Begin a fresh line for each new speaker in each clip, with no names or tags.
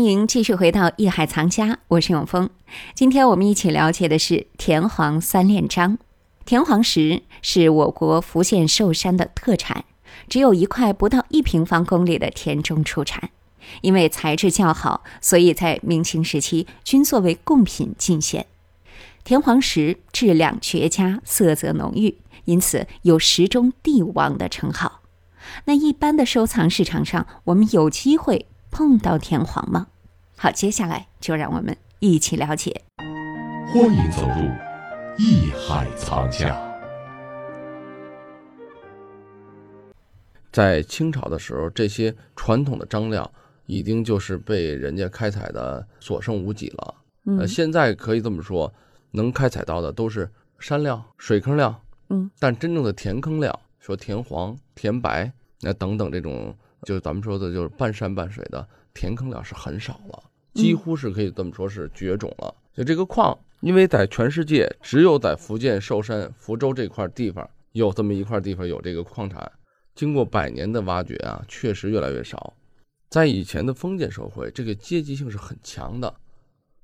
欢迎继续回到《艺海藏家》，我是永峰。今天我们一起了解的是田黄三链章。田黄石是我国福建寿山的特产，只有一块不到一平方公里的田中出产。因为材质较好，所以在明清时期均作为贡品进献。田黄石质量绝佳，色泽浓郁，因此有“石中帝王”的称号。那一般的收藏市场上，我们有机会碰到田黄吗？好，接下来就让我们一起了解。
欢迎走入艺海藏家。
在清朝的时候，这些传统的张料已经就是被人家开采的所剩无几了。呃，
嗯
现在可以这么说，能开采到的都是山料、水坑料，
嗯，
但真正的田坑料，说田黄、田白，那等等这种，就咱们说的就是半山半水的田坑料是很少了，
嗯
几乎是可以这么说是绝种了。就这个矿，因为在全世界只有在福建寿山、福州这块地方有这么一块地方有这个矿产，经过百年的挖掘啊，确实越来越少。在以前的封建社会，这个阶级性是很强的，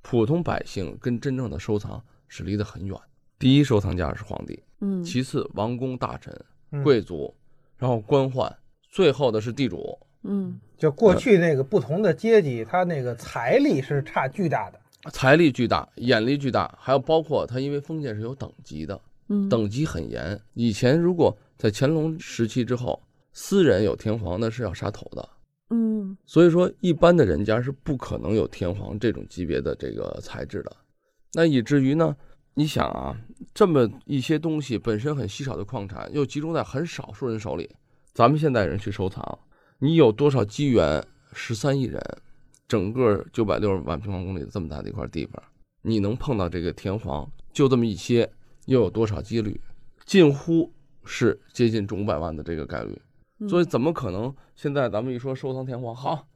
普通百姓跟真正的收藏是离得很远。第一收藏家是皇帝，
嗯
其次王公大臣、
嗯
贵族，然后官宦，最后的是地主。
嗯
就过去那个不同的阶级，他那个财力是差巨大的。
财力巨大，眼力巨大，还有包括他，因为封建是有等级的，
嗯
等级很严。以前如果在乾隆时期之后，私人有天皇那是要杀头的，
嗯
所以说一般的人家是不可能有天皇这种级别的这个材质的。那以至于呢，你想啊，这么一些东西本身很稀少的矿产，又集中在很少数人手里，咱们现代人去收藏，你有多少机缘？十三亿人，整个九百六十万平方公里这么大的一块地方，你能碰到这个天皇，就这么一些，又有多少几率？近乎是接近五百万的这个概率。所以怎么可能？现在咱们一说收藏天皇，好，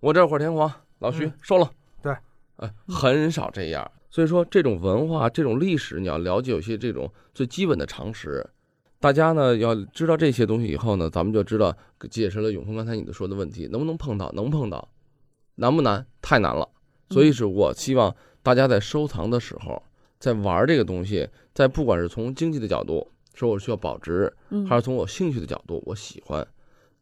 我这会儿天皇老徐
嗯
收了，
对，
呃，很少这样。所以说这种文化、这种历史，你要了解有些这种最基本的常识。大家呢要知道这些东西以后呢，咱们就知道解释了永峰刚才你的说的问题，能不能碰到？能碰到，难不难？太难了。所以是我希望大家在收藏的时候，在玩这个东西，在不管是从经济的角度，说我需要保值，
嗯
还是从我兴趣的角度，我喜欢，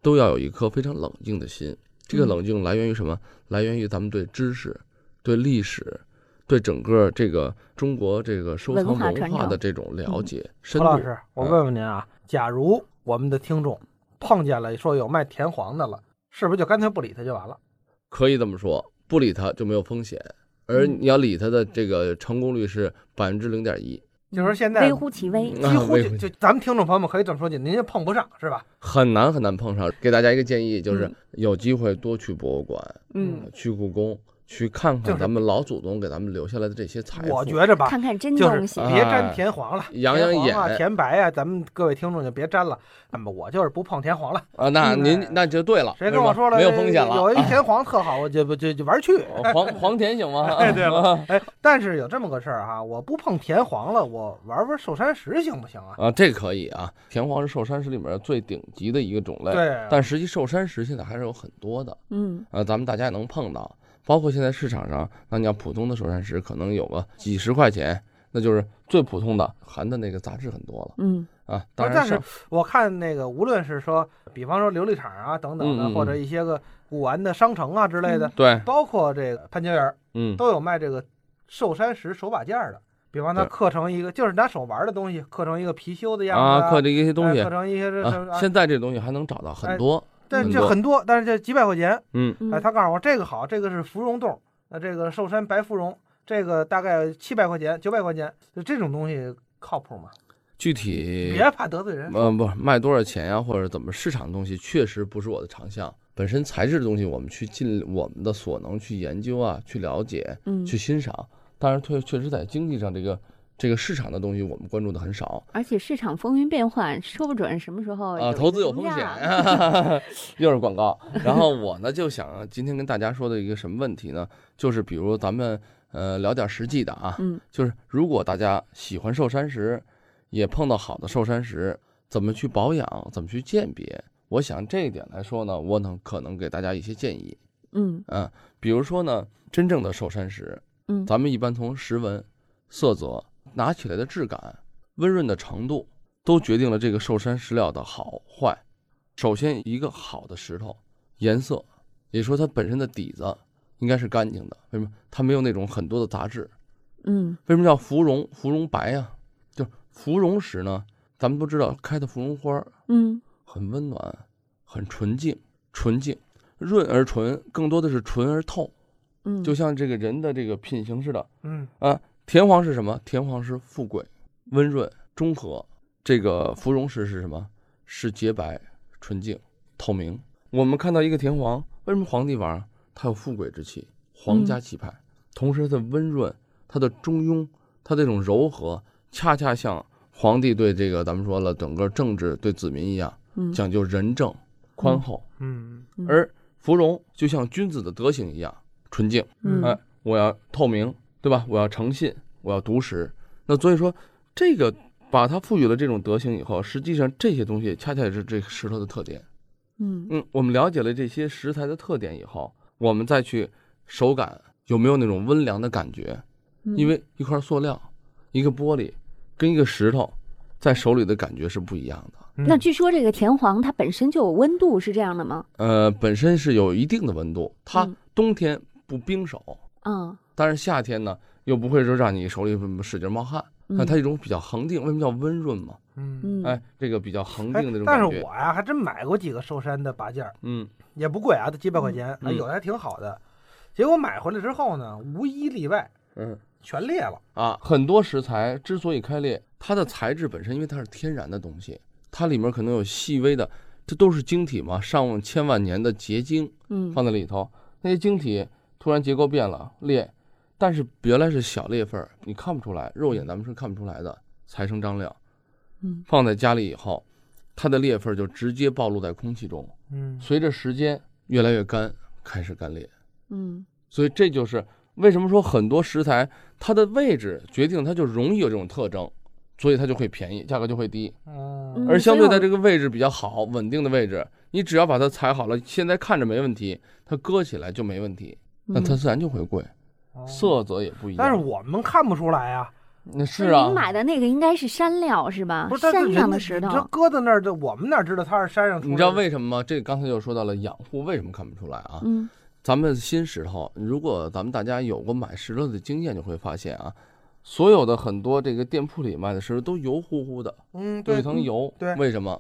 都要有一颗非常冷静的心。
嗯
这个冷静来源于什么？来源于咱们对知识、对历史、对整个这个中国这个收藏
文化
文
传
化
承嗯
的这种了解深
何
度
老。师，我
嗯
问问您啊，假如我们的听众碰见了说有卖田黄的了，是不是就干脆不理他就完了？
可以这么说，不理它就没有风险，而
嗯
你要理它的这个成功率是百分之零点一，
就说现在
微乎其微。
几乎
微
就就咱们听众朋友们可以这么说，就您就碰不上是吧？
很难很难碰上。给大家一个建议，就是
嗯
有机会多去博物馆、
嗯，
去故宫，去看
就
看
是
咱们老祖宗给咱们留下来的这些财富。
我觉着吧，
看看真
啊就是
东西。
啊
别沾田黄了，
养养
田黄啊、
眼哎
田白啊，咱们各位听众就别沾了。那么我就是不碰田黄了。
啊，那
嗯
您那就对了，
谁跟我说了
没有风险了
有一
啊。哦
田黄特好，我就就就玩去。
黄黄田行吗？
哎，对了，哎，但是有这么个事儿哈，我不碰田黄了，我玩玩寿山石行不行啊？
啊，这可以啊。田黄是寿山石里面最顶级的一个种类，
对啊
但实际寿山石现在还是有很多的。
嗯
呃，咱们大家也能碰到。包括现在市场上，那你要普通的手山石，可能有个几十块钱，那就是最普通的，含的那个杂质很多了
嗯
啊。当然上
但是我看那个，无论是说，比方说琉璃厂啊等等的，
嗯嗯嗯嗯
或者一些个古玩的商城啊之类的，
对，
包括这个潘家园儿
嗯，
都有卖这个寿山石手把件儿的。比方他
对
刻成一个，就是拿手玩的东西，刻成一个貔貅的样子
啊，刻
这
这一些东西
刻成一些这什么
啊，现在这东西还能找到很多，
但是
很
这
多
很多，但是这几百块钱，
嗯，
嗯
哎，他告诉我这个好，这个是芙蓉冻，那这个寿山白芙蓉，这个大概七百块钱、九百块钱，就这种东西靠谱吗？
具体
别怕得罪人，
嗯，不是卖多少钱呀、或者怎么市场的东西，确实不是我的长项。本身材质的东西，我们去尽我们的所能去研究啊，去了解，
嗯，
去欣赏。当然，确确实在经济上这个这个市场的东西，我们关注的很少。
而且市场风云变幻，说不准什么时候有
啊，
一
投
个
资有
评
风
价
险， 又是广告。然后我呢就想今天跟大家说的一个什么问题呢？就是比如咱们呃聊点实际的啊，
嗯，
就是如果大家喜欢寿山石，也碰到好的寿山石，怎么去保养，怎么去鉴别？我想这一点来说呢，我能可能给大家一些建议。
嗯
啊。比如说呢，真正的寿山石，
嗯
咱们一般从石纹、色泽、拿起来的质感、温润的程度，都决定了这个寿山石料的好坏。首先，一个好的石头颜色，也说它本身的底子应该是干净的，为什么？它没有那种很多的杂质。
嗯
为什么叫芙蓉？芙蓉白呀、就是芙蓉石呢，咱们都知道开的芙蓉花儿
嗯
很温暖，很纯净，纯净，润而纯，更多的是纯而透，
嗯，
就像这个人的这个品行似的。
嗯
田黄是什么？田黄是富贵、温润、中和。这个芙蓉石是什么？是洁白、纯净、透明。我们看到一个田黄，为什么皇帝玩儿？它有富贵之气，皇
嗯
家气派，同时它的温润、它的中庸、它这种柔和，恰恰像皇帝对这个咱们说了整个政治对子民一样，
嗯
讲究仁政、宽厚。
嗯
嗯
而芙蓉就像君子的德行一样纯净。
嗯
哎，我要透明，对吧？我要诚信，我要独实。那所以说，这个把它赋予了这种德行以后，实际上这些东西恰恰也是这个石头的特点。
嗯
嗯，我们了解了这些食材的特点以后，我们再去手感有没有那种温凉的感觉？
嗯
因为一块塑料、一个玻璃跟一个石头在手里的感觉是不一样的。
嗯
那据说这个田黄它本身就有温度，是这样的吗？
呃，本身是有一定的温度，它
嗯
冬天不冰手，
嗯
但是夏天呢，又不会说让你手里使劲冒汗，那
嗯
它一种比较恒定，为什么叫温润嘛？
嗯。
嗯
哎，这个比较恒
哎
定的这种
但
感
是
觉。
我呀，还真买过几个寿山的拔件儿，
嗯
也不贵啊，都几百块钱，啊
嗯
有的还挺好的。结果买回来之后呢，无一例外
嗯
全裂了。
啊，很多食材之所以开裂，它的材质本身，因为它是天然的东西，它里面可能有细微的，这都是晶体嘛，上千万年的结晶
嗯
放在里头，那些晶体突然结构变了裂，但是原来是小裂缝儿，你看不出来，肉眼咱们是看不出来的，才生张亮。
嗯
放在家里以后，它的裂缝儿就直接暴露在空气中，
嗯
随着时间越来越干，开始干裂。
嗯
所以这就是为什么说很多食材它的位置决定它就容易有这种特征，所以它就会便宜，价格就会低。
嗯
而
嗯所
相
以
对
我
在这个位置比较好、稳定的位置，你只要把它裁好了，现在看着没问题，它搁起来就没问题，那它
嗯
自然就会贵，
哦
色泽也不一样。
但是我们看不出来呀、
那是
那
啊
您，买的那个应该是山料是吧？
不是，但是
山上
人
的
家
石
这
头。
搁在那儿，这我们哪知道它是山上出来的？
你知道为什么吗？这刚才就说到了养护，为什么看不出来啊？
嗯
咱们新石头，如果咱们大家有过买石头的经验，就会发现啊，所有的很多这个店铺里卖的石头都油乎乎的，
嗯，
有一
对，
层油。
对
为什么？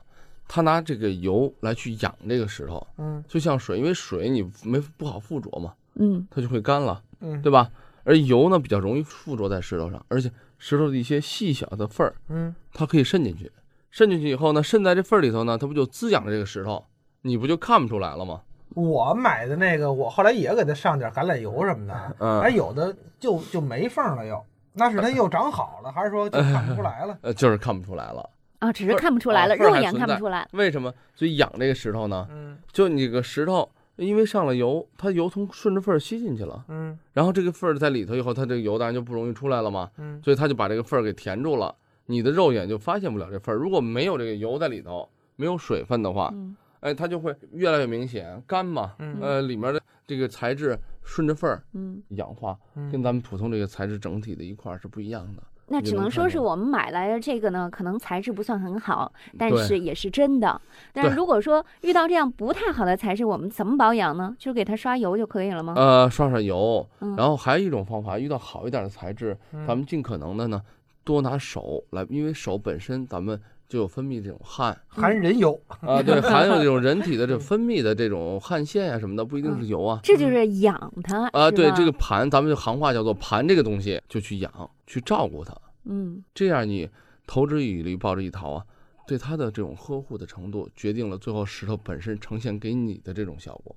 他拿这个油来去养这个石头，
嗯
就像水，因为水你没不好附着嘛，
嗯
它就会干了，
嗯，
对吧？而油呢比较容易附着在石头上，而且石头的一些细小的缝儿，
嗯
它可以渗进去。渗进去以后呢，渗在这缝儿里头呢，它不就滋养着这个石头？你不就看不出来了吗？
嗯我买的那个，我后来也给它上点橄榄油什么的，
嗯
还有的就就没缝了又，那是它又长好了，还是说就看不出来了？
呃，就是看不出来了。
啊，只
味
是
儿
看不出来
啊
了，
味儿
肉
还
眼
存
看不
在
出来。
为什么？所以养这个石头呢，
嗯
就你这个石头，因为上了油，它油从顺着缝儿吸进去了，
嗯
然后这个缝儿在里头以后，它这个油当然就不容易出来了嘛，
嗯
所以它就把这个缝儿给填住了，你的肉眼就发现不了这缝儿。如果没有这个油在里头，没有水分的话，
嗯
哎，它就会越来越明显，干嘛？
嗯
呃，里面的这个材质顺着缝儿
嗯，
氧化，跟
嗯，
咱们普通这个材质整体的一块儿是不一样的。
那
你
只
能
能
看
说是
到
我们买来的这个呢，可能材质不算很好，但
对
是也是真的。但是
对
如果说遇到这样不太好的材质，我们怎么保养呢？就是给它刷油就可以了吗？
呃，刷刷油，
嗯
然后还有一种方法，遇到好一点的材质，咱们尽可能的呢，多拿手来，因为手本身咱们就有分泌这种汗
含人油，
啊，对，含有这种人体的这分泌的这种汗腺呀、什么的，不一定是油啊。
这嗯就是养它
啊，
是
对，这
吧
个盘，咱们就行话叫做盘这个东西，就去养，去照顾它，
嗯
这样你投之以驴，报之以桃啊，对它的这种呵护的程度，决定了最后石头本身呈现给你的这种效果。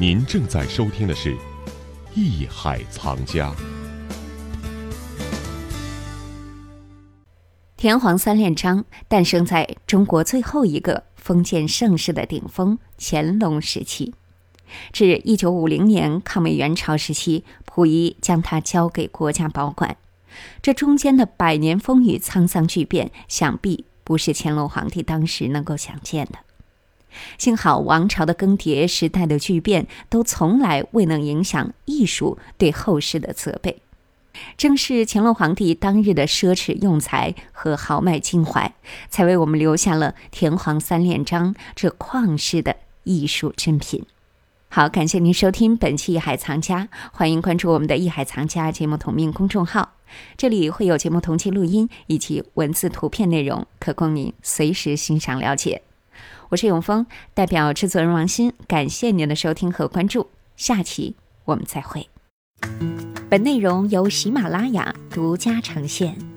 您正在收听的是《艺海藏家》。
田黄三链章诞生在中国最后一个封建盛世的顶峰——乾隆时期，至一九五零年抗美援朝时期，溥仪将它交给国家保管。这中间的百年风雨、沧桑巨变，想必不是乾隆皇帝当时能够想见的。幸好王朝的更迭、时代的巨变都从来未能影响艺术对后世的责备。正是乾隆皇帝当日的奢侈用财和豪迈襟怀，才为我们留下了田黄三连章这旷世的艺术珍品。好，感谢您收听本期《艺海藏家》，欢迎关注我们的《艺海藏家》节目同名公众号，这里会有节目同期录音以及文字、图片内容，可供您随时欣赏了解。我是永峰，代表制作人王鑫，感谢您的收听和关注，下期我们再会。本内容由喜马拉雅独家呈现。